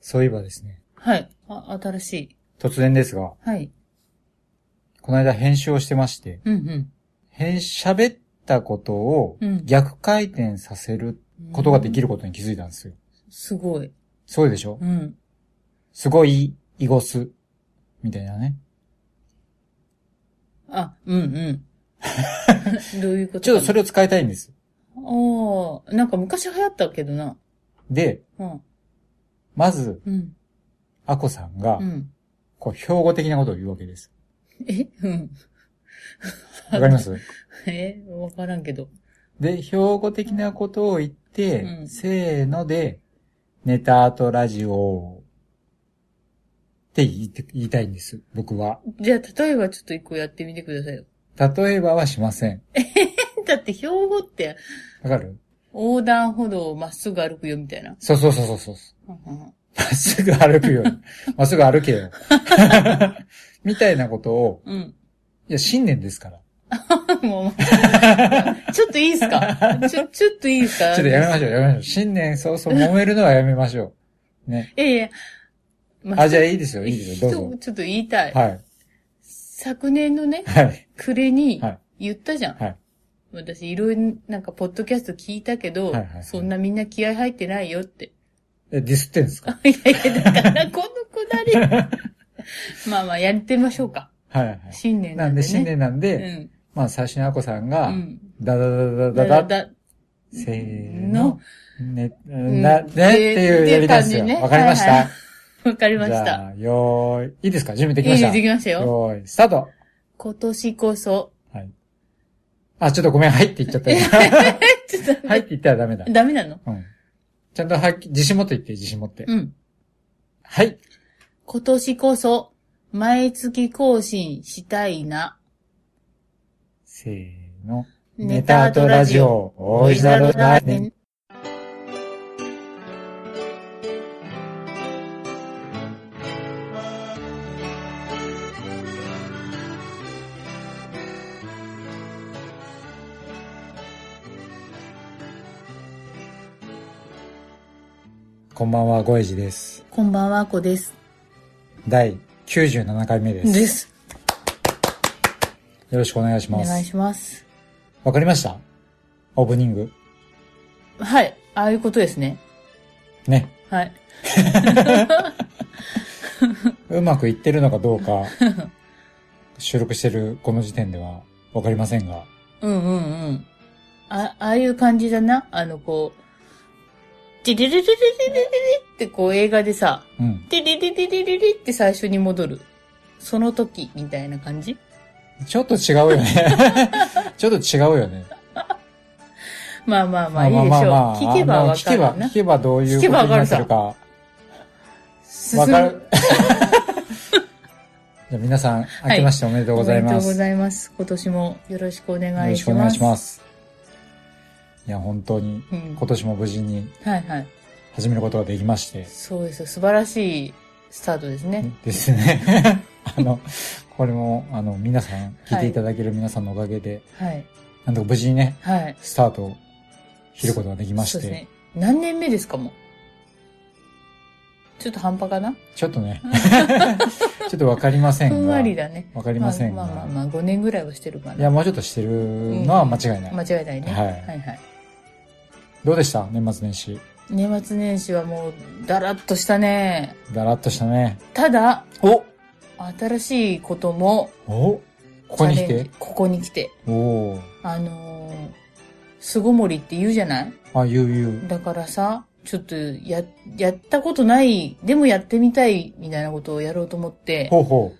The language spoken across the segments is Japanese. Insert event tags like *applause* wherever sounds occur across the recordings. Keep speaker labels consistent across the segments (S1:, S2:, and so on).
S1: そういえばですね、
S2: はい。あ、新しい。
S1: 突然ですが、
S2: はい。
S1: この間編集をしてまして、
S2: うん
S1: 編、喋ったことを
S2: うん
S1: 逆回転させる
S2: うん。
S1: ことができ
S2: る。
S1: ることに気づいたんですよ。
S2: すごい。
S1: すごいでしょ
S2: うん。
S1: すごい、イゴス、みたいなね。
S2: あ、うんうん。 *laughs* どういうこと
S1: ちょっとそ
S2: れ。
S1: れを使いたいんです。
S2: おー、なんか昔流行ったけどな。
S1: で、
S2: うん。
S1: まず、
S2: うん。
S1: アコさんが
S2: う、ん。
S1: こう、標語的なことを言うわけです。
S2: えうん。
S1: わかります
S2: *laughs* えわからんけど。
S1: で、標語的なことを言って、
S2: うん
S1: せーので、ネタとラジオって言いて言いたいんです、僕は。
S2: じゃあ、例えばちょっと一個やってみてくださいよ。
S1: 例えばはしません。
S2: だって、標語って、
S1: わかる
S2: 横断歩道をまっすぐ歩くよ、みたいな。
S1: そうそうそうそうそう。
S2: うんうん
S1: まっすぐ歩くよう
S2: *laughs*
S1: に。まっすぐ歩けよ。 *laughs* みたいなことを、
S2: うん。
S1: いや、信念ですから。
S2: も
S1: *laughs*
S2: う、ちょっといいですかちょ、ちょっといいですか
S1: ちょっとやめましょう、やめましょう。信念そうそう揉めるのはやめましょう。ね。
S2: いやいや。ま
S1: あ、じゃあいいですよ、いいですよ、
S2: 一
S1: どうぞ
S2: つ。ちょっと言いたい。
S1: はい。
S2: 昨年のね、
S1: はい。
S2: 暮れに
S1: はい
S2: 言ったじゃん。
S1: はい
S2: 私、いろいろ、なんか、ポッドキャスト聞いたけど、
S1: はいはいはい
S2: そんなみんな気合入ってないよって。 *laughs*
S1: え、ディスってんですか
S2: いやいや、だ
S1: *laughs*
S2: から、このくだり。まあまあ、やってみましょうか。
S1: はいはい。
S2: 新年
S1: な
S2: なん
S1: ん
S2: で、ね。
S1: で、新年なん
S2: う
S1: で、
S2: ん。
S1: まあ、最初にアコさん
S2: う
S1: が、
S2: ん。
S1: ダダダダダダ
S2: だだ
S1: せーの
S2: の、
S1: ね、
S2: ん
S1: な、ね、っていうやり方ですよ
S2: っていう感じね。
S1: わかりまし
S2: はい *laughs*
S1: た。
S2: わかりま
S1: じ
S2: した。
S1: ゃあ、よーい、いいですか準備でき
S2: い
S1: ま
S2: い
S1: した
S2: できましたよ。
S1: よーい、スタート
S2: 今年こそ。
S1: はい。あ、ちょっとごめん、入っていっちゃったよ。
S2: ちょっと、
S1: 入っていったらダメだ。
S2: *laughs* ダメなの
S1: うん。ちゃんとはっき自信持って言って、自信持って。
S2: うん。
S1: はい。
S2: 今年こそ、毎月更新したいな。
S1: せーの。ネタとラジ。オ、おいざるラーメン。こんばんは、ごえじです。
S2: こんばんは、こです。
S1: 第97回目です。
S2: です。
S1: よろしくお願いし
S2: お
S1: ま
S2: 願い
S1: す。
S2: します。
S1: わかりましたオープニング。
S2: はい。ああいうことですね。
S1: ね。
S2: はい。
S1: うまくいってるのかどう *laughs* か、収録してるこの時点ではわかりませんが、
S2: うんうんうん。あ、ああいう感じだな。あの、こう、ディリリリリリリリリってこう映画でさ、
S1: うん。
S2: ディリリリリリリって最初に戻る。その時、みたいな感じ
S1: ちょっと違うよ *laughs* ね。ちょっと違うよね。
S2: まあまあまあ、いいでしょう。聞けば
S1: あの
S2: わかる
S1: 聞けば、
S2: な
S1: 聞。けばどういうこ
S2: 聞
S1: と
S2: け
S1: に
S2: ばわか
S1: な
S2: る
S1: って
S2: さ
S1: るか。わ
S2: 進
S1: か
S2: む
S1: る。 *laughs* じゃあ皆さん、明けましておめでとうござい
S2: おめ
S1: ま
S2: でとう
S1: す。
S2: ございます。今年もよろしくお願いします。
S1: よろしくお願いします。いや、本当に、
S2: うん
S1: 今年も無事に
S2: はいはい。
S1: 始めることができまして。
S2: そうですよ。素晴らしいスタートですね。
S1: ですね。 *laughs* あの、これも、あの、皆さん、聞いていただける皆さんのおかげで、
S2: はい。
S1: なんとか無事にね、
S2: はい。
S1: スタートを切ることができま
S2: そ
S1: し
S2: うです
S1: て、
S2: ね。何年目ですかもう。ちょっと半端かな
S1: ちょっとね、 *laughs* ちょっとわかりませ
S2: ふ
S1: ん
S2: ん
S1: が、
S2: わり
S1: わ
S2: だね。
S1: かりません
S2: まあまあま
S1: が、
S2: あまあ、5年ぐらいはしてるか
S1: いや、
S2: な。
S1: もうちょっとしてるのは間違いない。
S2: 間違いないね。
S1: はい
S2: はいはい。
S1: どうでした年末年始。
S2: 年末年始はもう、だらっとしたね。
S1: だらっとしたね。
S2: ただ、
S1: お
S2: 新しいことも、
S1: おここに来
S2: チャレンジ
S1: て
S2: ここに来て。
S1: おお
S2: あのー、巣ごもりって言うじゃない
S1: ーあ、ゆうゆう。
S2: だからさ、ちょっとや、やったことない、でもやってみたいみたいなことをやろうと思って、
S1: ほうほう。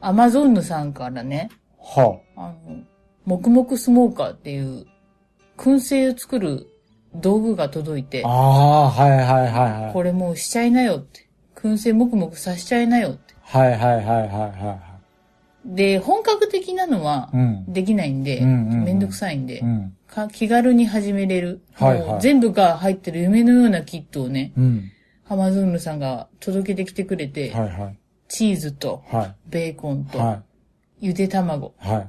S2: アマゾンヌさんからね、
S1: は
S2: あの、黙々スモーカーっていう、燻製を作る道具が届いて
S1: あ。、ああー、はいはいはいはい。
S2: これもうしちゃいなよって。燻製もくもくさせちゃいなよって。
S1: はいはいはいはいは。
S2: で、本格的なのはい
S1: うん。
S2: できないんで、
S1: うんうんうん
S2: めんどくさいんで
S1: う、ん。
S2: か気軽に始めれる、
S1: はいはい
S2: もう全部が入ってる夢のようなキットをね、
S1: うん。
S2: アマゾンヌさんが届けてきてくれて、
S1: はいはい。
S2: チーズと、
S1: は
S2: ベーコン
S1: い。
S2: と、
S1: は
S2: ゆで卵。
S1: い。は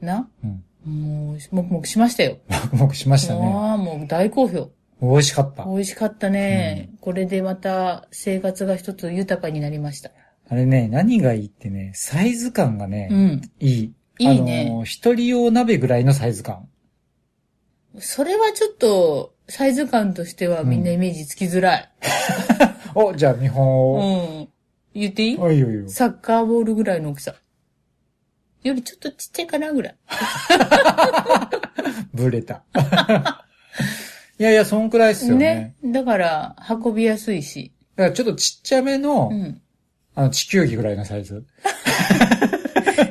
S1: い。
S2: な
S1: うん。
S2: もう、もくもくしましたよ。
S1: 僕もくしましたね。
S2: ああ、もう大好評。
S1: 美味しかった
S2: 美。味しかったね。これでまた生活が一つ豊かになりました。
S1: あれね、何がいいってね、サイズ感がね、
S2: うん。
S1: いい。
S2: いいね
S1: あのー、一人用鍋ぐらいのサイズ感。
S2: それはちょっと、サイズ感としてはみんなイメージつきづらい。
S1: お、じゃあ見
S2: うん。
S1: 本を。
S2: 言っていい
S1: あ、いいよいいよ。
S2: サッカーボールぐらいの大きさ。よりちょっとちっちゃいかなぐらい。
S1: ブレた。 *laughs* いやいや、そんくらいっすよね。
S2: だから、運びやすいし。
S1: だからちょっとちっちゃめの、
S2: うん。
S1: あの、地球儀ぐらいのサイズ。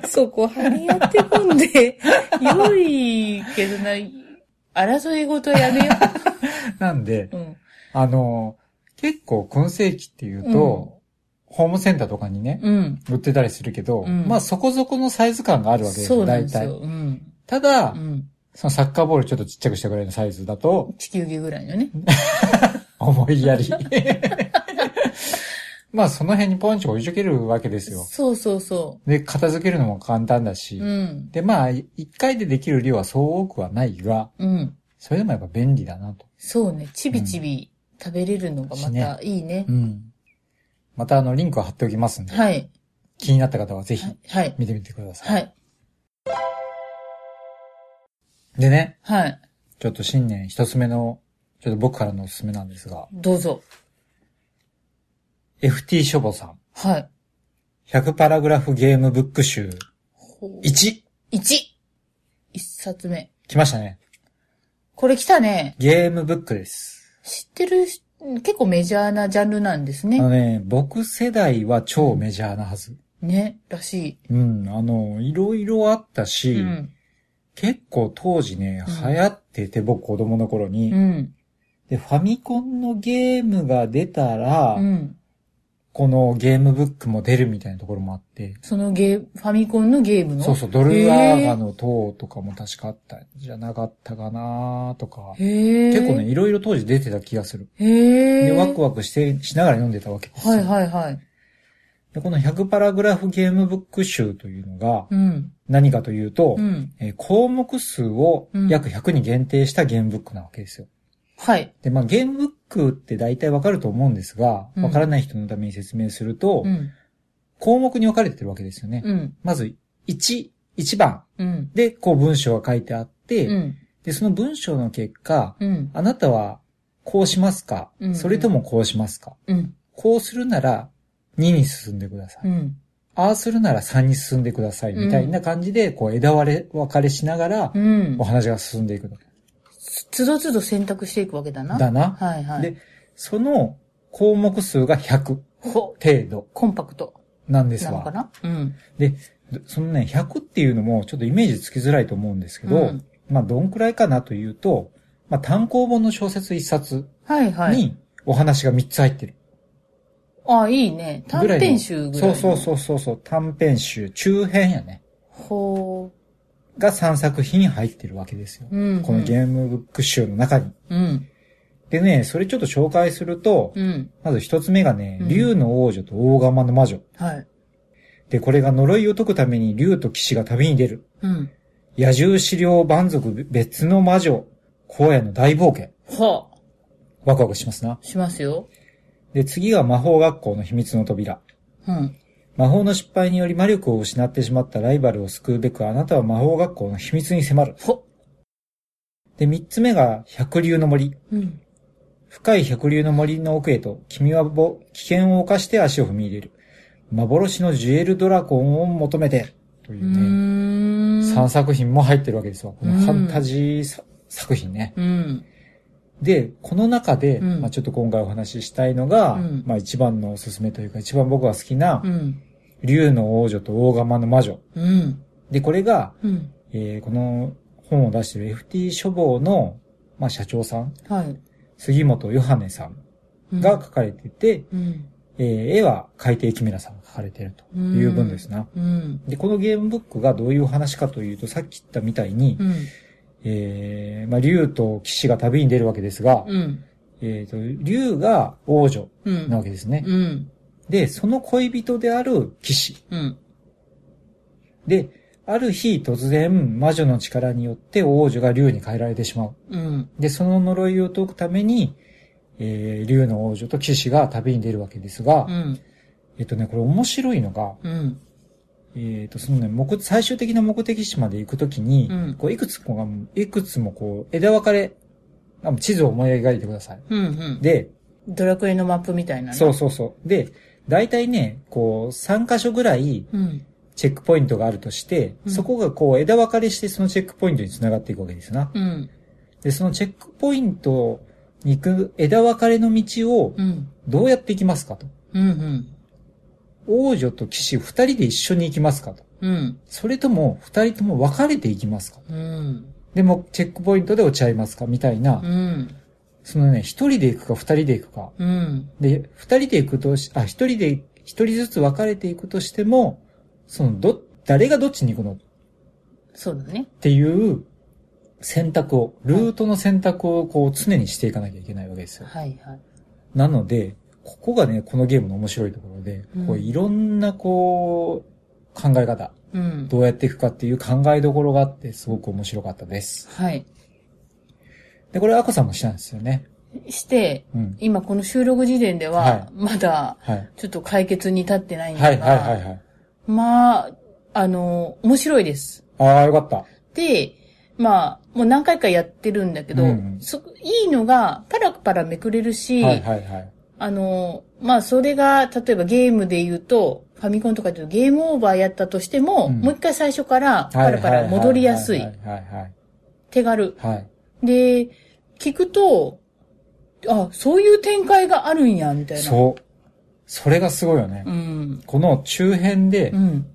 S2: そこ、張り合ってこんで、良いけどな、争い事はやめよ
S1: なんで、
S2: う。うん。
S1: あのー、結構今世紀っていうと、ホームセンターとかにね、
S2: うん。
S1: 売ってたりするけど、
S2: うん
S1: まあそこそこのサイズ感があるわけです
S2: そ
S1: よ、
S2: うなん
S1: 大
S2: ですよ。
S1: 体。
S2: うん。
S1: ただ、
S2: うん。
S1: そのサッカーボールちょっとちっちゃくしたぐらいのサイズだと、 *laughs*
S2: 地球儀ぐらいのね。
S1: 思い
S2: *laughs*
S1: やり。まあその辺にポンチ置いとけるわけですよ。
S2: そうそうそ
S1: で、片付けるのも簡単だし。
S2: う。うん。
S1: で、まあ、い一回でできる量はそう多くはないが、
S2: うん。
S1: それでもやっぱ便利だなと。
S2: そうね。ちびちび食べれるのがまたいいね。
S1: うん。またあの、リンクを貼っておきますんで、
S2: はい。
S1: 気になった方はぜひ
S2: はい。はい。
S1: 見てみてください。
S2: はい。
S1: でね、
S2: はい。
S1: ちょっと新年一つ目の、ちょっと僕からのおすすめなんですが、
S2: どうぞ。
S1: FT 書房さん、
S2: はい。
S1: 100パラグラフゲームブック集1、
S2: 1! 一冊目。
S1: 来ましたね。
S2: これ来たね。
S1: ゲームブックです。
S2: 知ってるし、結構メジャーなジャンルなんです
S1: あの
S2: ね。
S1: ね、僕世代は超メジャーなはず。
S2: ね、らし
S1: うん、あの、いろいろあったし、
S2: い。うん。
S1: 結構当時ね、
S2: うん
S1: 流行ってて、僕子供の頃に、
S2: うん。
S1: で、ファミコンのゲームが出たら、
S2: うん。
S1: このゲームブックも出るみたいなところもあって、
S2: そのゲー、ファミコンのゲームの
S1: そうそう、ドルアーガの塔とかも確かあったんじゃなかったかなとか、
S2: へえ。
S1: 結構ね、。いろいろ当時出てた気がする。
S2: へえ。
S1: で、ワクワクして、しながら読んでたわけですよ。
S2: はいはいはい。
S1: でこの100パラグラフゲームブック集というのが、
S2: うん。
S1: 何かというと、
S2: うん。
S1: えー項目数を約100に限定したゲームブックなわけですよ。
S2: はい。
S1: で、まあ、ゲームブックって大体わかると思うんですが、
S2: うん
S1: わからない人のために説明すると、
S2: うん。
S1: 項目に分かれてるわけですよね。
S2: うん。
S1: まず、1、1番
S2: うん。
S1: で、こう文章が書いてあって、
S2: うん。
S1: で、その文章の結果、
S2: うん。
S1: あなたはこうしますか、
S2: うん
S1: それともこうしますか
S2: うん。
S1: こうするなら2に進んでください。
S2: うん。
S1: ああするなら3に進んでください。みたいな感じで、こう枝割れ、分かれしながら
S2: う、ん
S1: お。話が進んでいくの。
S2: つどつど選択していくわけだな。
S1: だな。
S2: はいはい。
S1: で、その項目数が100
S2: ほ、
S1: 程度
S2: コンパクト
S1: なんです
S2: なのか
S1: わ。
S2: なうん。
S1: で、そのね、100っていうのもちょっとイメージつきづらいと思うんですけど、
S2: うん
S1: まあ、どんくらいかなというと、まあ、単行本の小説1冊
S2: はいはい。
S1: にお話が3つ入ってる
S2: あ、いいね。短
S1: ぐらいの。
S2: 編集ぐらいの。
S1: そうそうそうそうそう、短編集、中編やね。
S2: ほ
S1: が3作品入ってるわけですよ。
S2: う。うん。
S1: このゲームブック集の中に。
S2: うん。
S1: でね、それちょっと紹介すると、
S2: うん。
S1: まず一つ目がね
S2: う、ん
S1: 竜の王女と大釜の魔女。
S2: はい。
S1: で、これが呪いを解くために竜と騎士が旅に出る。
S2: うん。
S1: 野獣狩猟蛮族別の魔女。荒野の大冒険。
S2: ほ
S1: ワクワクしますな。
S2: う。しますよ。
S1: で、次が魔法学校の秘密の扉。
S2: うん。
S1: 魔法の失敗により魔力を失ってしまったライバルを救うべくあなたは魔法学校の秘密に迫る。
S2: ほ。
S1: で、三つ目が百竜の森。
S2: うん。
S1: 深い百竜の森の奥へと、君はぼ危険を犯して足を踏み入れる。幻のジュエルドラゴンを求めて。といううね。
S2: ーん。
S1: 3作品も入ってるわけですわ。この
S2: うん
S1: ファンタジーさ作品ね。
S2: うん。
S1: で、この中で、
S2: うん
S1: まあちょっと今回お話ししたいのが、
S2: うん
S1: まあ一番のおすすめというか、一番僕が好きな
S2: う、ん。
S1: 竜の王女と大釜の魔女。
S2: うん。
S1: で、これが、
S2: うん。
S1: えーこの本を出してる FT 書房の、まあ社長さん、
S2: はい。
S1: 杉本ヨハネさん
S2: うん
S1: が書かれてて、
S2: うん。
S1: えー絵は海底キメラさんが書かれてるという文ですな。
S2: うん。
S1: で、このゲームブックがどういう話かというと、さっき言ったみたいに、
S2: うん。
S1: えー、まあ、竜と騎士が旅に出るわけですが、
S2: うん。
S1: えっ、と、竜が王女
S2: うん。
S1: なわけですね。
S2: うん。
S1: で、その恋人である騎士。
S2: うん。
S1: で、ある日突然、魔女の力によって王女が竜に変えられてしまう。
S2: うん。
S1: で、その呪いを解くために、えー、竜の王女と騎士が旅に出るわけですが、
S2: うん。
S1: えっとね、これ面白いのが、
S2: うん。
S1: えっと、そのね、目、最終的な目的地まで行くときに、
S2: うん
S1: こう、いくつもが、いくつもこう、枝分かれ、あの地図を思い描いてください。
S2: うん。うん。
S1: で、
S2: ドラクエのマップみたいなね。
S1: そうそうそう。で、大体ね、こう、3箇所ぐらい
S2: うん。
S1: チェックポイントがあるとして、
S2: うん
S1: そこがこう、枝分かれしてそのチェックポイントに繋がっていくわけですな。
S2: うん。
S1: で、そのチェックポイントに行く枝分かれの道を
S2: うん。
S1: どうやって行きますかと。
S2: うん。うん。
S1: 王女と騎士二人で一緒に行きますかと。
S2: うん。
S1: それとも二人とも別れて行きますか
S2: うん。
S1: でも、チェックポイントで落ち合いますかみたいな
S2: う、ん。
S1: そのね、一人で行くか二人で行くか。
S2: うん。
S1: で、二人で行くとし、あ、一人で、一人ずつ分かれていくとしても、その、ど、誰がどっちに行くのっ
S2: そうだね。
S1: ていう選択を、ルートの選択をこう常にしていかなきゃいけないわけですよ。
S2: はいはい。
S1: なので、ここがね、このゲームの面白いところで、
S2: うん
S1: こういろんなこう、考え方、
S2: うん。
S1: どうやっていくかっていう考えどころがあって、すごく面白かったです。
S2: はい。
S1: で、これ、アコさんもしたんですよね。
S2: して、
S1: うん。
S2: 今この収録時点で
S1: はい
S2: は、まだ、
S1: はい。
S2: ちょっと解決に立ってないん
S1: は
S2: だ
S1: い、
S2: が、
S1: はい、はい、はい。
S2: まあ、あの、面白いです。
S1: ああ、よかった。
S2: で、まあ、もう何回かやってるんだけど、
S1: うん
S2: そいいのが、パラパラめくれるし、
S1: はい、はい、はい。
S2: あの、まあ、それが、例えばゲームで言うと、ファミコンとかで言うとゲームオーバーやったとしても、
S1: うん
S2: もう一回最初からパラパラ戻りやすい
S1: は。い、はい、はい。
S2: 手軽。
S1: はい。
S2: で、聞くと、あ、そういう展開があるんや、みたいな。
S1: そう。それがすごいよね。
S2: うん。
S1: この中編で、
S2: うん。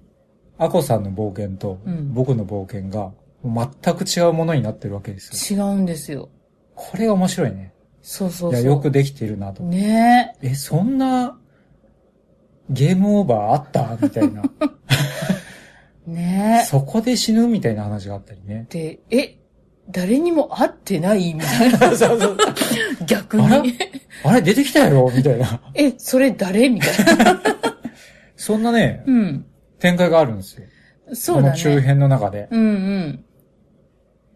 S1: アコさんの冒険と
S2: うん
S1: 僕の冒険が全く違うものになってるわけですよ。
S2: 違うんですよ。
S1: これが面白いね。
S2: そうそう
S1: い
S2: そ
S1: や、
S2: う。
S1: よくできてるなと。
S2: ね
S1: え、そんな、ゲームオーバーあったみたい
S2: *laughs*
S1: な。
S2: え。ねえ。。
S1: そこで死ぬみたいな話があったりね
S2: *laughs* で、え、誰にも会ってないみたい
S1: *laughs*
S2: な。
S1: そうそう。
S2: 逆
S1: あ
S2: に。
S1: れあれ出てきたやろみたいな。
S2: え、それ誰みたいな。
S1: そんなね、
S2: うん。
S1: 展開があるんですよ。
S2: そうだ
S1: この中
S2: ね。
S1: 編の中で。
S2: うんうん。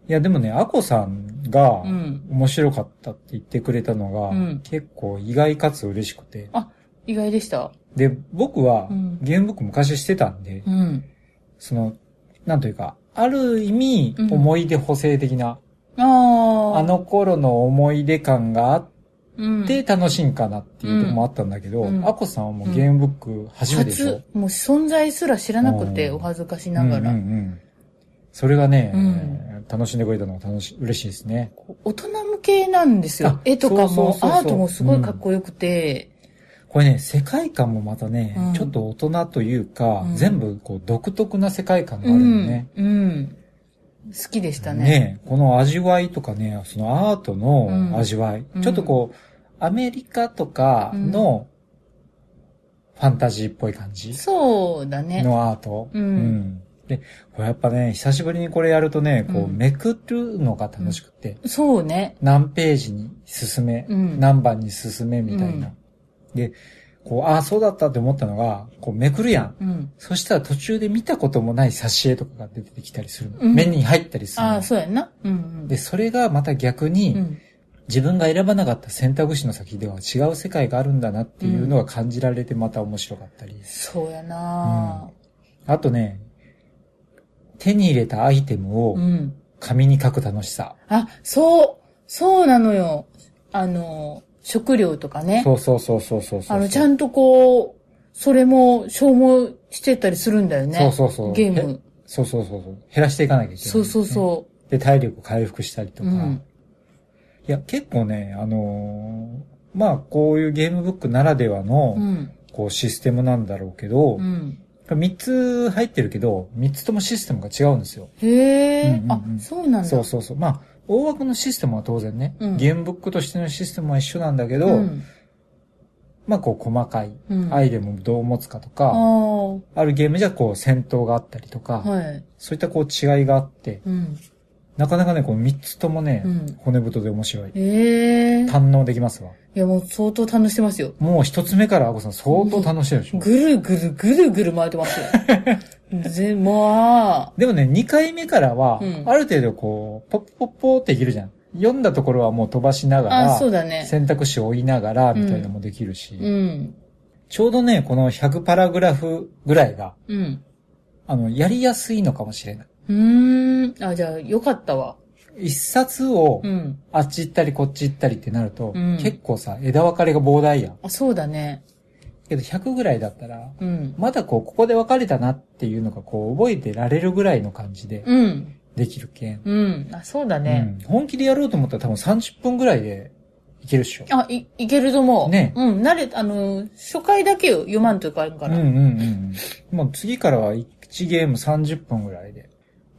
S1: いや、でもね、アコさんが、
S2: うん。
S1: 面白かったって言ってくれたのが、
S2: うん
S1: 結構意外かつ嬉しくて。
S2: 意外でした。
S1: で、僕は、
S2: うん
S1: ゲームブック昔してたんで、
S2: うん。
S1: その、なんというか、ある意味、
S2: うん
S1: 思い出補正的な、
S2: ああ。
S1: あ、の頃の思い出感があっ
S2: うん、
S1: て楽しいんかなっていうとこもあったんだけど、
S2: うん
S1: アコさんはもうゲームブック初めてでしょ、
S2: 初、もう存在すら知らなくて、
S1: うん
S2: お恥ずかしながら、
S1: うんうんうんそれがね、
S2: うん
S1: 楽しんでくれたのが楽し、嬉しいですね。
S2: 大人向けなんです
S1: あ
S2: よ。絵とかも
S1: そうそうそうそう
S2: アートもすごいかっこよくて、
S1: これね、世界観もまたね、
S2: うん
S1: ちょっと大人というか、
S2: うん
S1: 全部こう独特な世界観があ
S2: う
S1: るよね。
S2: ん、うん。好きでしたね。
S1: ねえこの味わいとかね、そのアートの味わい。
S2: うん
S1: ちょっとこう、アメリカとかのファンタジーっぽい感じ
S2: そうだね。
S1: のアート。
S2: うん
S1: で、これやっぱね、久しぶりにこれやるとね、こう、
S2: うん
S1: めくるのが楽しくて、
S2: そうね。
S1: 何ページに進め、
S2: うん
S1: 何番に進めみたいな。で、こう、ああ、そうだったって思ったのが、こう、めくるやん。
S2: うん。
S1: そしたら途中で見たこともない挿絵とかが出てきたりするの。
S2: うん
S1: 目に入ったりするの。
S2: ああ、そうやんな。うん、うん。
S1: で、それがまた逆に、
S2: うん。
S1: 自分が選ばなかった選択肢の先では違う世界があるんだなっていうのが感じられてまた面白かったり。
S2: そうやな、
S1: あとね、手に入れたアイテム
S2: う
S1: を
S2: ん、
S1: 紙に書く楽しさ。
S2: あ、そう、そうなのよ。あの、食料とかね。
S1: そうそうそうそうそうそう。
S2: あの、ちゃんとこう、それも消耗してたりするんだよね。
S1: そうそうそう。
S2: ゲー
S1: へ
S2: ム。
S1: そうそうそうそう。減らしていかなきゃいけない、
S2: そうそうそ
S1: うん。で、体力回復したりと
S2: う。
S1: か。
S2: うん。
S1: いや、結構ね、あのーまあ、こういうゲームブックならではの、
S2: うん。
S1: こう、システムなんだろうけど、
S2: うん。
S1: 3つ入ってるけど、3つともシステムが違うんですよ。
S2: へ
S1: う
S2: え
S1: んう。ん
S2: あ
S1: うん、
S2: そうなんだ。
S1: そうそうそう。まあ、大枠のシステムは当然ね、
S2: うん
S1: ゲームブックとしてのシステムは一緒なんだけど、
S2: うん。
S1: まあ、こう、細かい、
S2: うん。
S1: アイデムをどう持つかとか、
S2: ああ、は
S1: あるゲームじゃこう、戦闘があったりとか、
S2: い。
S1: そういったこう、違いがあって、
S2: うん。
S1: なかなかね、こう、3つともね、
S2: うん
S1: 骨太で面白い。
S2: ええ。
S1: 堪能できますわ。
S2: いや、もう相当楽してますよ。
S1: もう一つ目から、あこさん相当楽しいでしょ。 *laughs*
S2: ぐるぐるぐるぐる回ってますよ。ぜ、まあ、
S1: でもね、2回目からは
S2: うん、
S1: ある程度こう、ポッポッポーってできるじゃん。読んだところはもう飛ばしなが
S2: あ、
S1: ら
S2: そう、だね。
S1: 選択肢を追いながら、みたいなのもできるし、
S2: うん。
S1: ちょうどね、この100パラグラフぐらいが、
S2: うん。
S1: あの、やりやすいのかもしれない。
S2: うーん。あ、じゃあ、よかったわ。
S1: 一冊を
S2: う、ん。
S1: あっち行ったりこっち行ったりってなると、
S2: うん
S1: 結構さ、枝分かれが膨大やん。
S2: あ、そうだね。
S1: けど100ぐらいだったら、
S2: うん。
S1: まだこう、ここで分かれたなっていうのがこう、覚えてられるぐらいの感じで
S2: うん。
S1: できるけん。
S2: うん。あ、そうだね。
S1: うん、本気でやろうと思ったら多分30分ぐらいでいけるっしょ。
S2: あ、い、いけると思う。
S1: ね
S2: うん。慣れ、あの、初回だけよ読まんといかんか
S1: うん
S2: ら。
S1: うんうんうん。もう次からは1ゲーム30分ぐらいで、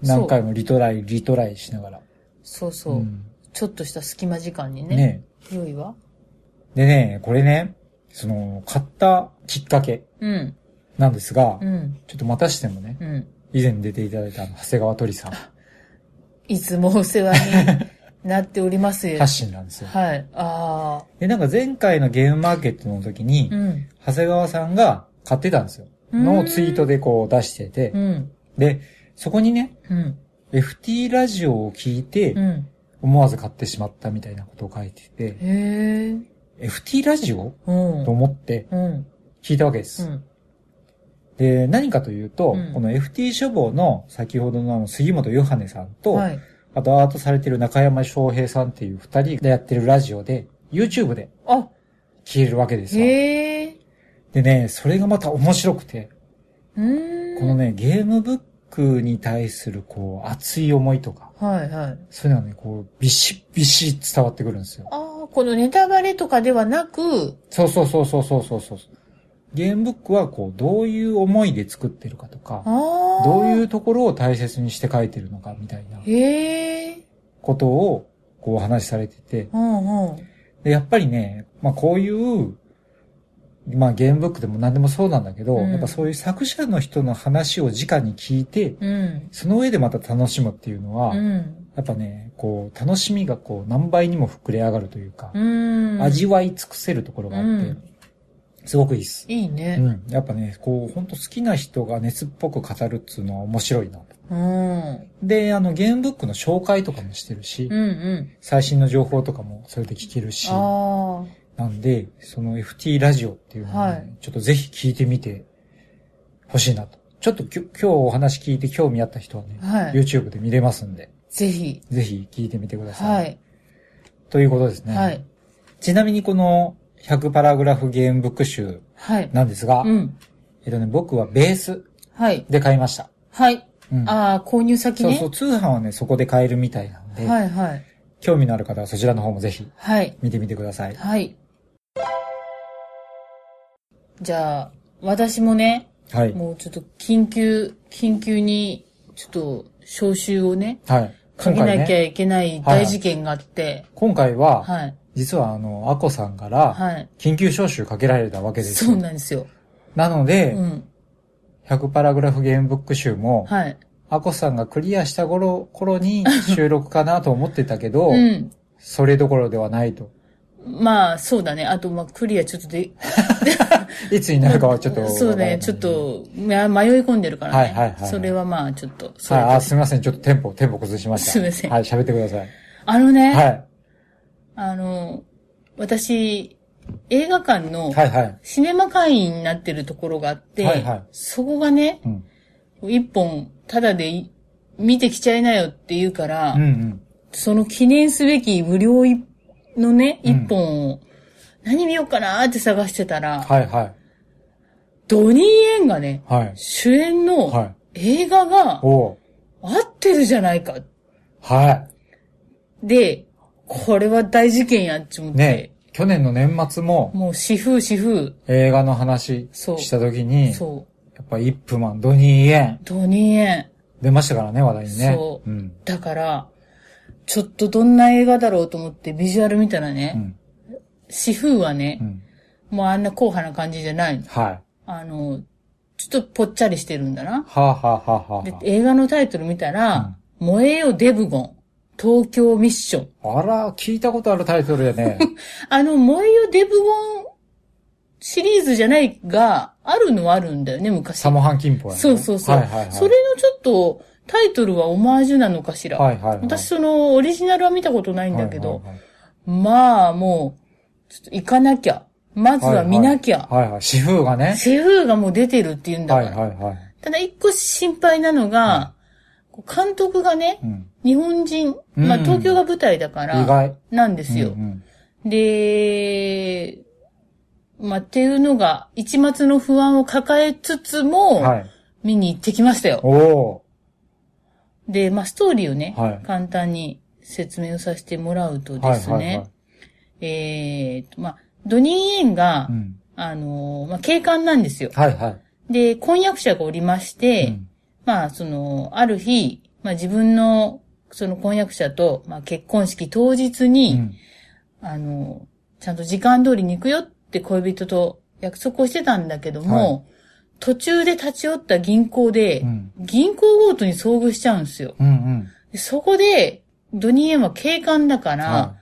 S1: 何回もリトライ、リトライしながら。
S2: そうそう。
S1: ん
S2: ちょっとした隙間時間にね。
S1: ね
S2: 良いわ。
S1: でね、これね、その、買ったきっかけ
S2: うん。
S1: なんですが、
S2: うん。
S1: ちょっとまたしてもね、
S2: うん。
S1: 以前出ていただいたあの長谷川鳥さん、
S2: いつもお世話になっております。
S1: 発信なんですよ。
S2: はい。ああ。
S1: で、なんか前回のゲームマーケットの時に、
S2: うん。
S1: 長谷川さんが買ってたんですよ。
S2: うん
S1: のツイートでこう出してて
S2: う、ん。
S1: で、そこにね、
S2: うん。
S1: FT ラジオを聞いて
S2: う、ん。
S1: 思わず買ってしまったみたいなことを書いてて、
S2: へえ。
S1: FT ラジオ
S2: うん。
S1: と思って
S2: うん。
S1: 聞いたわけで
S2: う
S1: す。
S2: ん。
S1: で、何かというと、
S2: うん
S1: この FT 書房の先ほどのあの杉本ヨハネさんと、
S2: はい。
S1: あとアートされてる中山翔平さんっていう二人でやってるラジオで、YouTube で
S2: あ、
S1: 消えるわけですよ。
S2: へえ。
S1: でね、それがまた面白くて、
S2: うーん。
S1: このね、ゲームブックに対するこう、熱い思いとか、
S2: はいはい。
S1: そういうのがね、こう、ビシッビシッ伝わってくるんですよ。
S2: ああ、このネタバレとかではなく、
S1: そうそうそうそうそうそうそう。ゲームブックはこう、どういう思いで作ってるかとか、
S2: ああ。。
S1: どういううところを大切にして書いてるのかみたいな
S2: へえ。
S1: ことを、こうお話しされてて、
S2: うんうん。
S1: で、やっぱりね、まあこういう、まあゲームブックでも何でもそうなんだけど、
S2: うん
S1: やっぱそういう作者の人の話を直に聞いて、
S2: うん。
S1: その上でまた楽しむっていうのは、
S2: うん。
S1: やっぱね、こう、楽しみがこう、何倍にも膨れ上がるというか、
S2: うん。
S1: 味わい尽くせるところがあって、
S2: うん
S1: すごくいいっす。
S2: いいうね。
S1: ん。やっぱね、こう、ほんと好きな人が熱っぽく語るっつうのは面白いな。
S2: うん。うん
S1: で、あの、ゲームブックの紹介とかもしてるし、
S2: うん。
S1: 最新の情報とかもそれで聞けるし、
S2: あ
S1: なんで、その FT ラジオっていうのをね、
S2: はい
S1: ちょっとぜひ聞いてみてほしいなと。ちょっときょ今日お話聞いて興味あった人はね、
S2: あ。はい。
S1: YouTube で見れますんで、
S2: ぜひ。
S1: ぜひ聞いてみてください。
S2: はい。
S1: ということですね。
S2: はい。
S1: ちなみにこの100パラグラフゲームブック集
S2: はい。
S1: なんですが、
S2: うん。
S1: えっとね、僕はベース
S2: はい。
S1: で買いました。
S2: はい。
S1: うん。
S2: ああ、購入先
S1: そう
S2: ね。
S1: そう、通販はね、そこで買えるみたいなんで、
S2: はいはい。
S1: 興味のある方はそちらの方もぜひ
S2: はい。
S1: 見てみてください。
S2: はい。じゃあ、私もね、
S1: はい。
S2: もうちょっと緊急、緊急に、ちょっと、招集をね、
S1: はい。
S2: か
S1: 今
S2: け
S1: 回
S2: なきゃ
S1: ね、
S2: いけない大事件があって、
S1: 今回は、
S2: はい。
S1: 実はあの、アコさんから、
S2: はい。
S1: 緊急招集かけられたわけですよ。
S2: そうなんですよ。
S1: なの
S2: う
S1: で、
S2: ん。
S1: 100パラグラフゲームブック集も、
S2: はい。
S1: アコさんがクリアした頃、頃
S2: *laughs*
S1: に収録かなと思ってたけど、
S2: うん。
S1: それどころではないと。
S2: まあ、そうだね。あと、まあ、クリアちょっとで、
S1: いつになるかはちょっと。
S2: *laughs* そうね。ちょっ。と、ま迷い込んでるからね。
S1: はいはいはいはい
S2: それはまあ、ちょっと、そ
S1: は
S2: れ
S1: い、
S2: と
S1: あ、すみません。ちょっとテンポ、テンポ崩しました。
S2: すいません
S1: はい、喋ってください。
S2: あのね、
S1: は
S2: あの、私、映画館の
S1: い。、はい、はい。
S2: シネマ会員になってるところがあって、
S1: はいはい
S2: そこがね、
S1: うん。
S2: 一本、ただでい見てきちゃいなよって言うから、
S1: うんうん。
S2: その記念すべき無料いのね、
S1: う
S2: 一
S1: ん
S2: 本を、何見ようかなーって探してたら、
S1: はい、はい。
S2: ドニー・エンがね、
S1: はい。
S2: 主演の
S1: はい。
S2: 映画が
S1: おう
S2: 合ってるじゃないか。
S1: は
S2: で、これは大事件やっちもっ
S1: い。
S2: て、
S1: ね、去年の年末も
S2: もう、死風死風、
S1: 映画の話した時に、や
S2: そ
S1: っぱイップマン、ドニー・イエン
S2: う、、ドニー・エン。
S1: 出ましたからね、話題にね。
S2: そう
S1: うん。
S2: だから、ちょっとどんな映画だろうと思ってビジュアル見たら
S1: う
S2: ね、
S1: ん。
S2: 死風はね
S1: う、ん。
S2: もうあんな硬派な感じじゃないの。
S1: はい。
S2: あの、ちょっとぽっちゃりしてるんだ
S1: は
S2: な。
S1: あ、はあはあは
S2: で、映画のタイトル見たら、燃えよデブゴン、東京ミッション。 *laughs*
S1: あ、あら、聞いたことあるタイトルやね。
S2: あの、燃えよデブゴンシリーズじゃないが、あるのはあるんだよね、昔。
S1: サモハンキンポやね
S2: そうそうそう。
S1: はいはいはい。
S2: それのちょっと、タイトルはオマージュなのかしら。
S1: はいはいはい、
S2: 私、その、オリジナルは見たことないんだけ
S1: は
S2: ど、
S1: いはい
S2: まあ、もう、ちょっと行かなきゃ。まずは見なきゃ。
S1: はい、はいはい。シフがね。
S2: シェフがもう出てるって言うんだか
S1: はい
S2: ら。
S1: はいはい。
S2: ただ一個心配なのが、こう監督がね
S1: う、ん。
S2: 日本人、まあ
S1: うん
S2: 東京が舞台だか
S1: 意
S2: ら、
S1: 外。
S2: なんです
S1: う
S2: よ
S1: ん。うん
S2: で、まあっていうのが、一末の不安を抱えつつ
S1: は
S2: も、
S1: い。
S2: 見に行ってきましたよ。
S1: おお
S2: で、まあ、ストーリーをね、
S1: はい
S2: 簡単に説明をさせてもらうと
S1: ー。は
S2: で
S1: い
S2: すね、
S1: はいはい。
S2: えーと、まあ、ドニー・イエンが、
S1: うん。
S2: あのー、まあ、警官なんですよ。
S1: はいはい。
S2: で、婚約者がおりまして、
S1: うん
S2: まあ、その、ある日、まあ、自分の、その婚約者と、まあ、結婚式当日
S1: う
S2: に、
S1: ん
S2: あの、ちゃんと時間通りに行くよって恋人と約束をしてたんだけども、途中で立ち寄った銀行で、
S1: うん
S2: 銀行強盗に遭遇しちゃうんですよ。
S1: うんうん。
S2: でそこで、ドニーエンは警官だから、
S1: は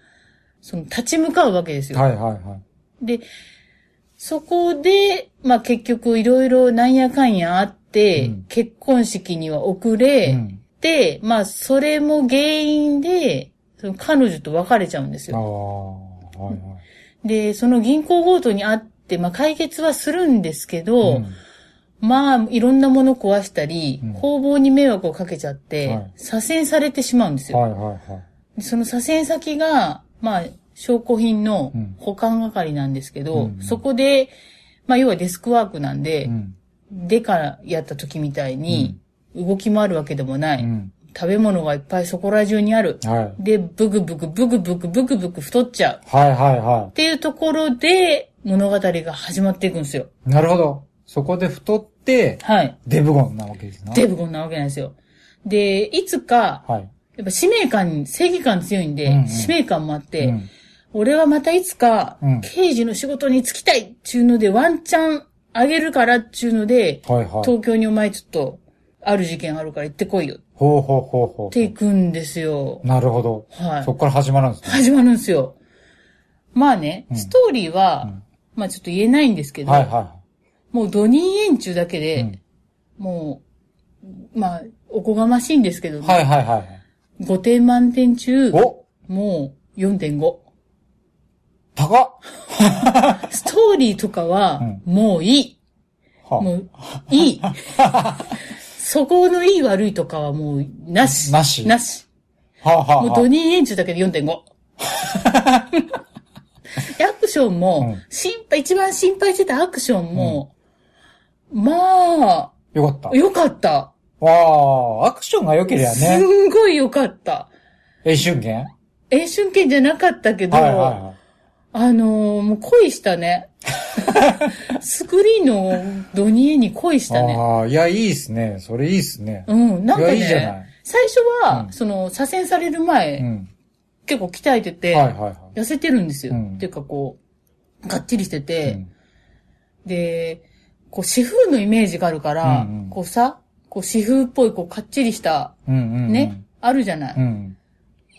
S2: その立ち向かうわけです
S1: い
S2: よ。
S1: はいはいはい。
S2: で、そこで、まあ結局いろいろなんやかんやあって、
S1: うん
S2: 結婚式には遅れ、
S1: うん
S2: で、まあそれも原因で、その彼女と別れちゃうんです
S1: ああ
S2: よ。
S1: ー、はいはい。
S2: で、その銀行強盗にあって、まあ解決はするんですけ
S1: う
S2: ど、
S1: ん
S2: まあいろんなもの壊したり、
S1: うん
S2: 工房に迷惑をかけちゃって、
S1: はい
S2: 左遷されてしまうんですよ。
S1: はいはいはい。
S2: でその左遷先が、まあ、証拠品の
S1: うん
S2: 保管係なんですけど、
S1: うん
S2: そこで、まあ、要はデスクワークなんで、
S1: うん
S2: でからやった時みたいに、動き回るわけでもない、
S1: うん。
S2: 食べ物がいっぱいそこら中にある。
S1: はい。
S2: で、ブクブク、ブクブク、ブクブク太っちゃう。っ
S1: はいはいは
S2: ていうところで、物語が始まっていくんですよ。
S1: い。なるほど。そこで太って、
S2: はい。
S1: デブゴンなわけですな。
S2: デブこんなわけなんですよ。で、いつか、
S1: はい。
S2: やっぱ使命感、正義感強いんで、
S1: うんうん
S2: 使命感もあって、
S1: うん
S2: 俺はまたいつか
S1: うん、
S2: 刑事の仕事に就きたいっちゅうので、ワンチャンあげるからっちゅうので、
S1: はいはい。
S2: 東京にお前ちょっと、ある事件あるから行ってこいよっ
S1: ほうほうほうほ
S2: て行くんですよ
S1: う。。なるほど。
S2: はい
S1: そ。こから始まるんですね。
S2: 始まるんですよ。まあね、
S1: うん
S2: ストーリーは、
S1: うん
S2: まあちょっと言えないんですけど、
S1: はいは
S2: もうドニーエン中だけ
S1: い。
S2: で、
S1: うん
S2: もう、まあ、おこがましいんですけど、
S1: はいはいはい。
S2: 5点満点中、
S1: お
S2: もう4.5。
S1: 高っ
S2: ストーリーとかは、もういい。も
S1: は
S2: う、い
S1: *laughs*
S2: い。そこのいい悪いとかはもう、なし。
S1: なし
S2: なし。
S1: あはあはあ
S2: もうドニー・エンジュだけで4.5。アクションも、
S1: うん
S2: 心配、一番心配してたアクションも、ま
S1: よかった
S2: あ、。良かった。
S1: わあ、アクションが良ければ
S2: す
S1: ね。
S2: んごい良かった。
S1: え、瞬間
S2: 演春剣じゃなかったけど、
S1: はいはいは
S2: あのーもう恋し
S1: *laughs*
S2: たね。スクリーンのドニー・エンに恋し
S1: い。
S2: たね。
S1: ああ、いや、いいっすね。それいいっすね。
S2: うん、なんかね、
S1: いやいいじゃない
S2: 最初は、
S1: うん
S2: その、左遷される前、
S1: うん。
S2: 結構鍛えてて、
S1: はいはいは
S2: 痩せてるんですよ。
S1: うん
S2: っていうかこう、がっちりして
S1: い。
S2: て、
S1: うん
S2: で、こう、私風のイメージがあるから、
S1: うんうん
S2: こうさ、こう、私風っぽい、こう、かっちりした、
S1: うんうん。
S2: ね、あるじゃない。
S1: うん。うん。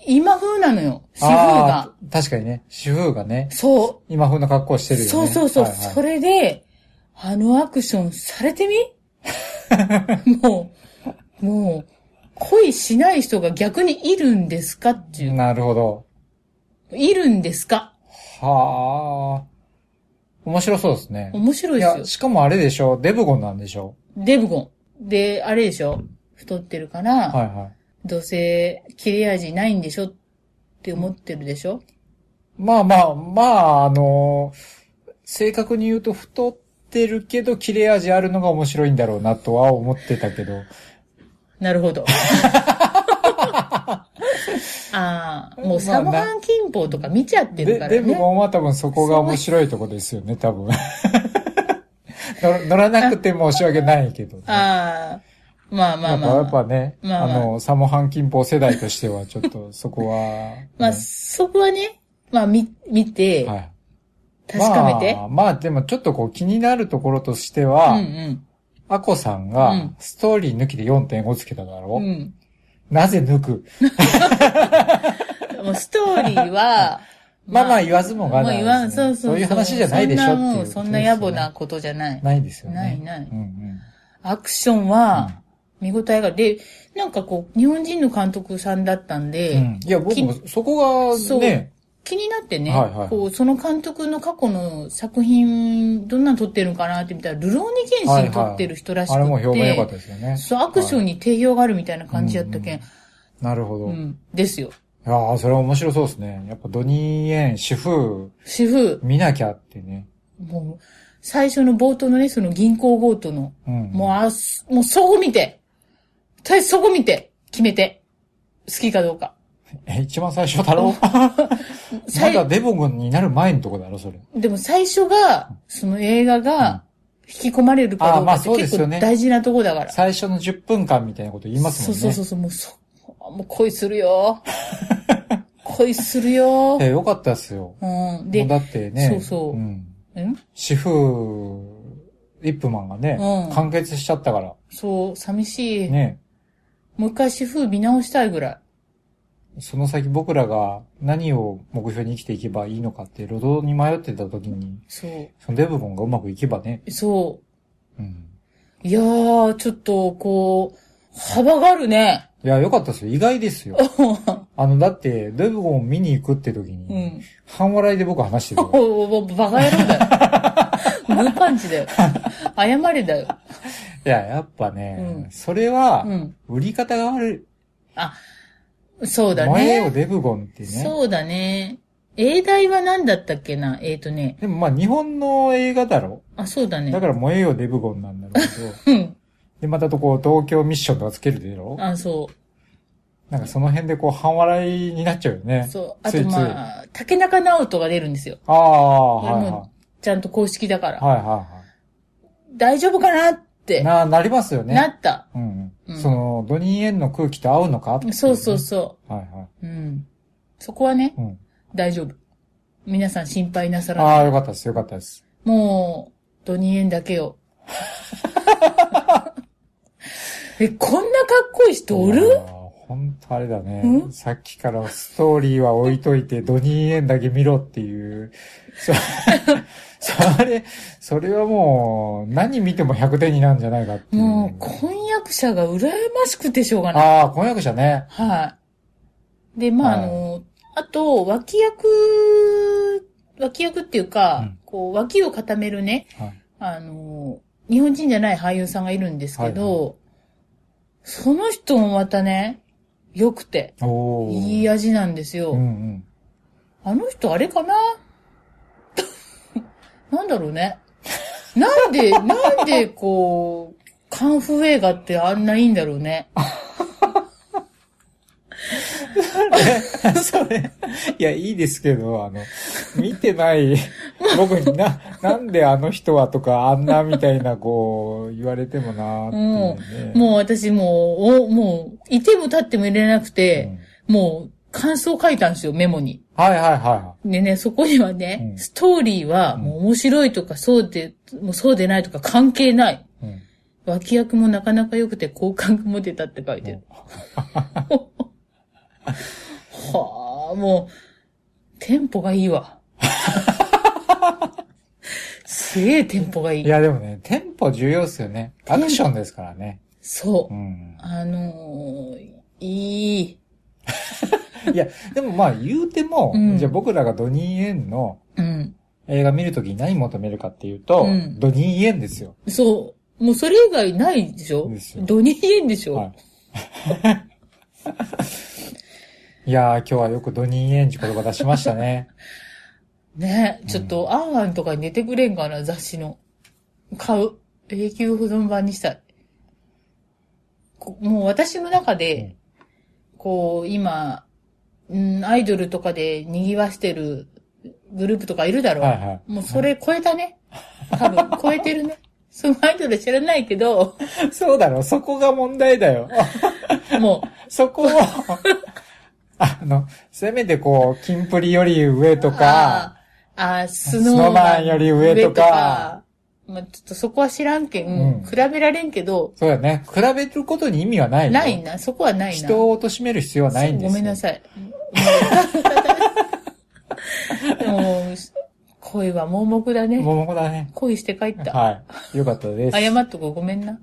S2: 今風なのよ、私風
S1: あ
S2: が。
S1: あ、確かにね。主婦がね、
S2: そ
S1: 今風な格好して
S2: う、
S1: るよね。
S2: そうそうそう、
S1: はいはい
S2: それで、あのアクションされ
S1: *laughs*
S2: てみもう、もう、恋しない人が逆にいるんですかっていう。
S1: なるほど。
S2: いるんですか
S1: はあ。面白そうですね。
S2: 面白い
S1: い
S2: ですよ
S1: や、。しかもあれでしょデブゴンなんでしょ
S2: デブゴン。で、あれでしょ太ってるから、
S1: はいはい。
S2: どうせ切れ味ないんでしょって思ってるでしょ
S1: まあまあ、まあ、あのー正確に言うと太ってるけど切れ味あるのが面白いんだろうなとは思ってたけど。
S2: なる
S1: *laughs*
S2: ほど。ああ、もうサモハン金棒とか見ちゃってる
S1: で、
S2: から
S1: デブ
S2: ね。
S1: ゴンは多分そこが面白いとこですよね、多
S2: *laughs*
S1: 分。乗乗らなくて申し訳ないけどね、
S2: ああ、まあま
S1: や
S2: あ
S1: っぱ、
S2: ま
S1: や
S2: あ
S1: っ
S2: まあ。
S1: ぱね、
S2: まあまあ
S1: あの、サモハンキンポ世代としては、ちょっとそこは、ね
S2: *laughs* まあ、そこはね、まあ見、見て、
S1: はい。
S2: 確かめて
S1: ま。あ、まあでもちょっとこう気になるところとしては、
S2: うん
S1: アコさん
S2: う
S1: が
S2: ん
S1: ストーリー抜きで4.5つけただ
S2: う
S1: ろ、
S2: ん。うん。
S1: なぜ抜く
S2: もうストーリーは、
S1: まあまあ言わずもが
S2: もう
S1: な
S2: 言
S1: い
S2: わん、
S1: です
S2: そ
S1: ね
S2: うそう。
S1: そういう話じゃないでしょって
S2: そ
S1: いうんこ
S2: な
S1: と
S2: も
S1: です
S2: うそ
S1: よね
S2: んな野暮なことじゃない。
S1: ないですよね。
S2: ないない
S1: うんうん。
S2: アクションは、見応えがある。で、なんかこう、日本人の監督さんだったんで、
S1: うんいや、僕もそこが
S2: そう
S1: ね、
S2: 気になってね、
S1: はいはい
S2: こう、その監督の過去の作品、どんなの撮ってるのかなって見たら、ルローニケンシン撮ってる人らしく
S1: あ
S2: て、
S1: れも評判良かったですよね。
S2: そう、アクション
S1: に。
S2: に定評があるみたいな感じやったけん、
S1: なるほど。
S2: う
S1: い
S2: ん、ですよ。
S1: やーそれは面白そうですね。やっぱドニー・エン、主婦、
S2: 主婦、
S1: 見なきゃってね。
S2: もう、最初の冒頭のね、その銀行強盗の、
S1: うん。
S2: もう、あ、すもうそこ見て、とりあえずそこ見て、決めて、好きかどうか。
S1: え、一番最初だ *laughs* ろま
S2: 最
S1: だデボゴンになる前のとこだろ、それ。
S2: でも最初が、その映画が、引き込まれるかどうか
S1: あまあ
S2: って
S1: そうです
S2: 結
S1: よ
S2: 構
S1: ね
S2: 大事なとこだから。
S1: 最初の10分間みたいなこと言いますもんね。
S2: そうそうそう、もうそ、もう恋するよ。
S1: *laughs*
S2: 恋するよ。
S1: え、よかったっすよ。
S2: うん。
S1: も
S2: で
S1: う、だってね。。
S2: そうそうんん
S1: 主婦、リップマンがね、
S2: うん
S1: 完結しちゃったから。
S2: そう、寂しい。
S1: ね。
S2: もう一回主婦見直したいぐらい。
S1: その先僕らが何を目標に生きていけばいいのかって路頭に迷ってた時に、
S2: そ
S1: そのデブゴンがうまくいけばね。
S2: う。そ
S1: うん。
S2: う。いやー、ちょっと、こう、幅があるね。
S1: いや、よかったっすよ。意外です
S2: *laughs*
S1: よ。あの、だって、デブゴン見に行くって時に、
S2: うん。 *laughs*
S1: 半笑いで僕話してるから。
S2: おおおバカ野郎だよ。グーパンチ
S1: *laughs*
S2: だよ。謝れだよ。
S1: いや、やっぱね、
S2: うん
S1: それは
S2: う、ん。
S1: 売り方が悪い。
S2: そうだ
S1: 前を
S2: ね。
S1: デブゴンってね。
S2: そうだね。英題は何だったっけなえっ、ー、とね。
S1: でもまあ日本の映画だろ。
S2: あ、そうだね。
S1: だから燃えよデブゴンなんだろうけ
S2: *laughs*
S1: ど。
S2: うん。
S1: で、またとこう東京ミッションとかつけるでろ。
S2: あ、そう。
S1: なんかその辺でこう半笑いになっちゃうよね。
S2: そう。あ
S1: つい
S2: と
S1: つい
S2: まあ、竹中直人が出るんですよ。
S1: ああ、
S2: こ
S1: はい
S2: れ
S1: はい。
S2: もちゃんと公式だから。
S1: はいは
S2: 大丈夫かなっ
S1: いは
S2: て
S1: い。な、なりますよね。
S2: なった。
S1: うん
S2: う
S1: うんん。その、ドニーエンの空気と合うのかっていね
S2: そうそうそ
S1: はいは
S2: う。うん。そこはね
S1: い。、うん。
S2: 大丈夫。皆さん心配なさらない。
S1: ああ、よかったです、よかったです。
S2: もう、ドニーエンだけよ。 *laughs* え、こんなかっこいい人お
S1: いや
S2: る
S1: ーほんとあれだ
S2: う
S1: ね
S2: ん。
S1: さっきからストーリーは置いといて、ドニーエンだけ見ろっていう。そ *laughs* それ、それはもう、何見ても100点になるんじゃないかっていう。
S2: もう、婚約者が羨ましくてしょうがない。
S1: ああ、婚約者ね。
S2: はい。で、まあ、
S1: はい
S2: あの、あと、脇役、脇役っていうか、
S1: うん
S2: こう、脇を固めるね、
S1: はい
S2: あの、日本人じゃない俳優さんがいるんですけど、その人もまたね、良くて、
S1: おー
S2: いい味なんですよ。
S1: うんうん。 *laughs*
S2: あの人あれかな *laughs* なんだろうね。なんで、なんでこう、カンフー映画ってあんないいんだろうね。
S1: それ、いや、いいですけど、あの、見て
S2: *laughs*
S1: ない、僕にな、なんであの人はとか、あんなみたいな、こう、言われてもなーっていうね、
S2: もう私もう、お、もう、いても立ってもいれなくて、もう、感想書いたんですよ、メモに。
S1: はいはいはいは
S2: でね、そこにはね、
S1: うん
S2: ストーリーは、もう面白いとか、そうで、もうそうでないとか関係ない。
S1: い。うん
S2: 脇役もなかなか良くて、好感も出たって書いてる。はあ、もう、テンポがいいわ。すげえテンポがい
S1: い
S2: い。
S1: や、でもね、テンポ重要っすよね。アクションですからね。
S2: そうう。
S1: ん。
S2: あのー、いい。
S1: いや、でもまあ言うても、
S2: うん
S1: じゃあ僕らがドニー・エンの
S2: うん。
S1: 映画見るときに何求めるかっていうと、
S2: うん
S1: ドニー・エンですよ。
S2: そう。もうそれ以外ないでしょ
S1: ですよ
S2: ドニーエンでし
S1: *laughs*
S2: ょ、
S1: はい。いやー、今日はよくドニー・エンジ言葉出しましたね。
S2: ねちょっと、アンアンとかに出てくれんかな、雑誌の。買う。永久保存版にしたい。こもう私の中で、こう、今、うん、アイドルとかで賑わしてるグループとかいるだろう。
S1: はいは
S2: もうそれ超えたね。多分、超えてるね。そのアイドル知らないけど、
S1: い。そうだろ、そこが問題だよ。
S2: も
S1: そこを、あの、せめてこう、キンプリより上と
S2: う、
S1: か、
S2: あーあー、ス
S1: ノーマンより上とか、
S2: まあ、ちょっとそこは知らんけん、
S1: うん
S2: 比べられんけど、
S1: そうだね。比べることに意味はないよ。
S2: ないな、そこはないな。
S1: *laughs* 人を貶める必要はないんですよ。
S2: ごめんなさい。でも、恋は盲目だね。
S1: 桃子だね。
S2: 恋して帰った。
S1: はい。よかったです。
S2: 謝
S1: よか
S2: っとこうごめんな。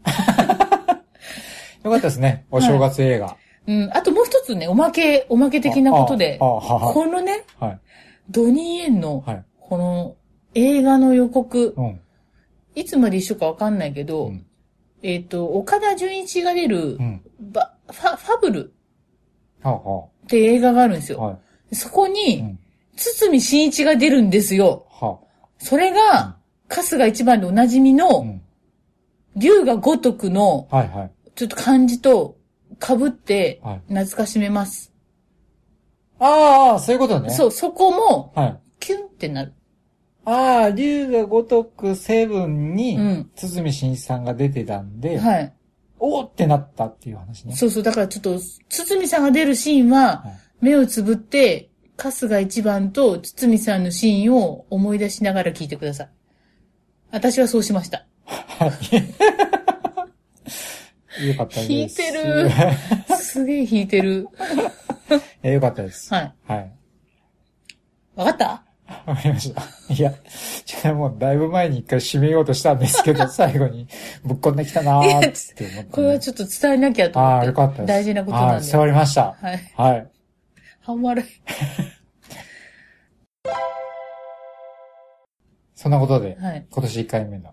S1: ったですね。お正月映画。
S2: うん。あともう一つね、おまけ、おまけ的なことで
S1: あ、あ、あは
S2: このね、
S1: は。はい。
S2: ドニー・エンの、
S1: はい。
S2: この映画の予告、
S1: うん。
S2: いつまで一緒かわかんないけど、
S1: うん
S2: えっ、と、岡田准一が出る
S1: う、ん。
S2: ばファファブル
S1: はは
S2: って映画があるんですよ。
S1: は
S2: そこ
S1: い。う
S2: に、
S1: ん。
S2: 堤真一が出るんですよ。
S1: は。
S2: それが、春日一番でおなじみ
S1: う
S2: の、
S1: ん。
S2: 龍が如くの、
S1: はいはい。
S2: ちょっと漢字と被って
S1: はい、
S2: 懐かしめます。
S1: ああ、そういうことね。
S2: そう、そこも、
S1: はい。
S2: キュンってなる。
S1: ああ、竜が如くセブンに
S2: うん、
S1: 堤真一さんが出てたんで、
S2: はい。
S1: おーってなったっていう話ね。
S2: そうそう、だからちょっと、堤さんが出るシーンは
S1: はい、
S2: 目をつぶって、春日一番と堤さんのシーンを思い出しながら聞いてください。私はそうし
S1: *laughs*
S2: ました。
S1: はい。よかったです。
S2: 引い
S1: *laughs*
S2: てるすげえ弾いてる。
S1: えよかったです。
S2: はい。
S1: はい。
S2: わかった
S1: わかりました。い *laughs* や、じゃあもうだいぶ前に一回締めようとしたんです
S2: *laughs*
S1: けど、最後にぶっこんできたなーって思って、
S2: これはちょっと伝えなきゃと思って。
S1: ああ、よかったです。
S2: 大事なことなん
S1: はい、
S2: で。
S1: 伝わりました。
S2: はい。
S1: はい。
S2: 半笑い。
S1: そんなことで、
S2: はい。
S1: 今年1回目の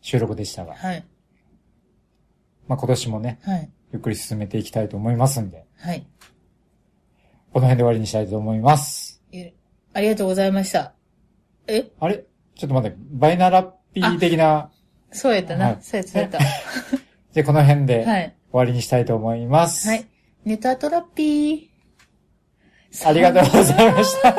S1: 収録でしたが、
S2: はい。
S1: まあ今年もね、
S2: はい。
S1: ゆっくり進めていきたいと思いますんで、
S2: はい。
S1: この辺で終わりにしたいと思います。
S2: えありがとうございました。え
S1: あれちょっと待って、バイナラッピー的な、
S2: そうやったな。
S1: はい
S2: そうやった、そうやった。
S1: で、この辺で終
S2: はい。
S1: わりにしたいと思います。
S2: はい。ネタトラッピー。
S1: ありがとうございました。